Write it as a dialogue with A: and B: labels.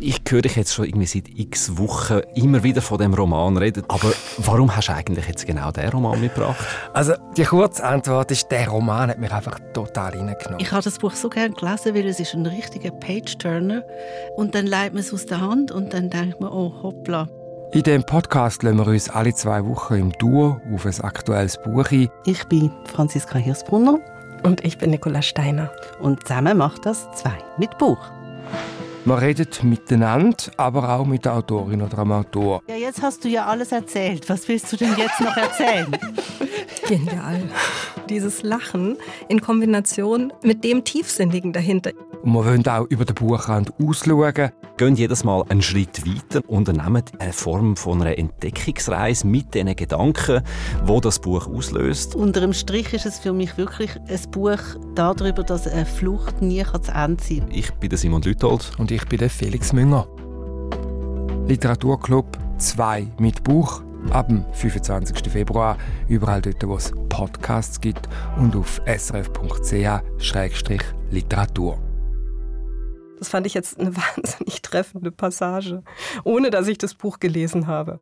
A: ich höre dich jetzt schon irgendwie seit x Wochen immer wieder von dem Roman reden. Aber warum hast du eigentlich jetzt genau den Roman mitgebracht?
B: Also die kurze Antwort ist, der Roman hat mich einfach total reingenommen.
C: Ich habe das Buch so gerne gelesen, weil es ist ein richtiger Page-Turner. Und dann leitet man es aus der Hand und dann denkt man, oh hoppla.
B: In diesem Podcast lassen wir uns alle zwei Wochen im Duo auf ein aktuelles Buch ein.
D: Ich bin Franziska Hirsbrunner
E: Und ich bin Nicola Steiner.
D: und zusammen macht das zwei mit Buch.
B: Wir reden miteinander, aber auch mit der Autorin oder dem Autor.
D: Ja, jetzt hast du ja alles erzählt. Was willst du denn jetzt noch erzählen?
E: Genial. Dieses Lachen in Kombination mit dem Tiefsinnigen dahinter.
B: Und wir wollen auch über den Buchrand ausschauen.
A: Geht jedes Mal einen Schritt weiter und unternehmt eine Form von einer Entdeckungsreise mit den Gedanken, wo das Buch auslöst.
C: Unter dem Strich ist es für mich wirklich ein Buch darüber, dass eine Flucht nie kann zu Ende sein kann.
A: Ich bin der Simon Lütold.
B: Und ich bin der Felix Münger. Literaturclub 2 mit Buch ab dem 25. Februar überall dort, wo es Podcasts gibt und auf srf.ch-literatur.
E: Das fand ich jetzt eine wahnsinnig treffende Passage, ohne dass ich das Buch gelesen habe.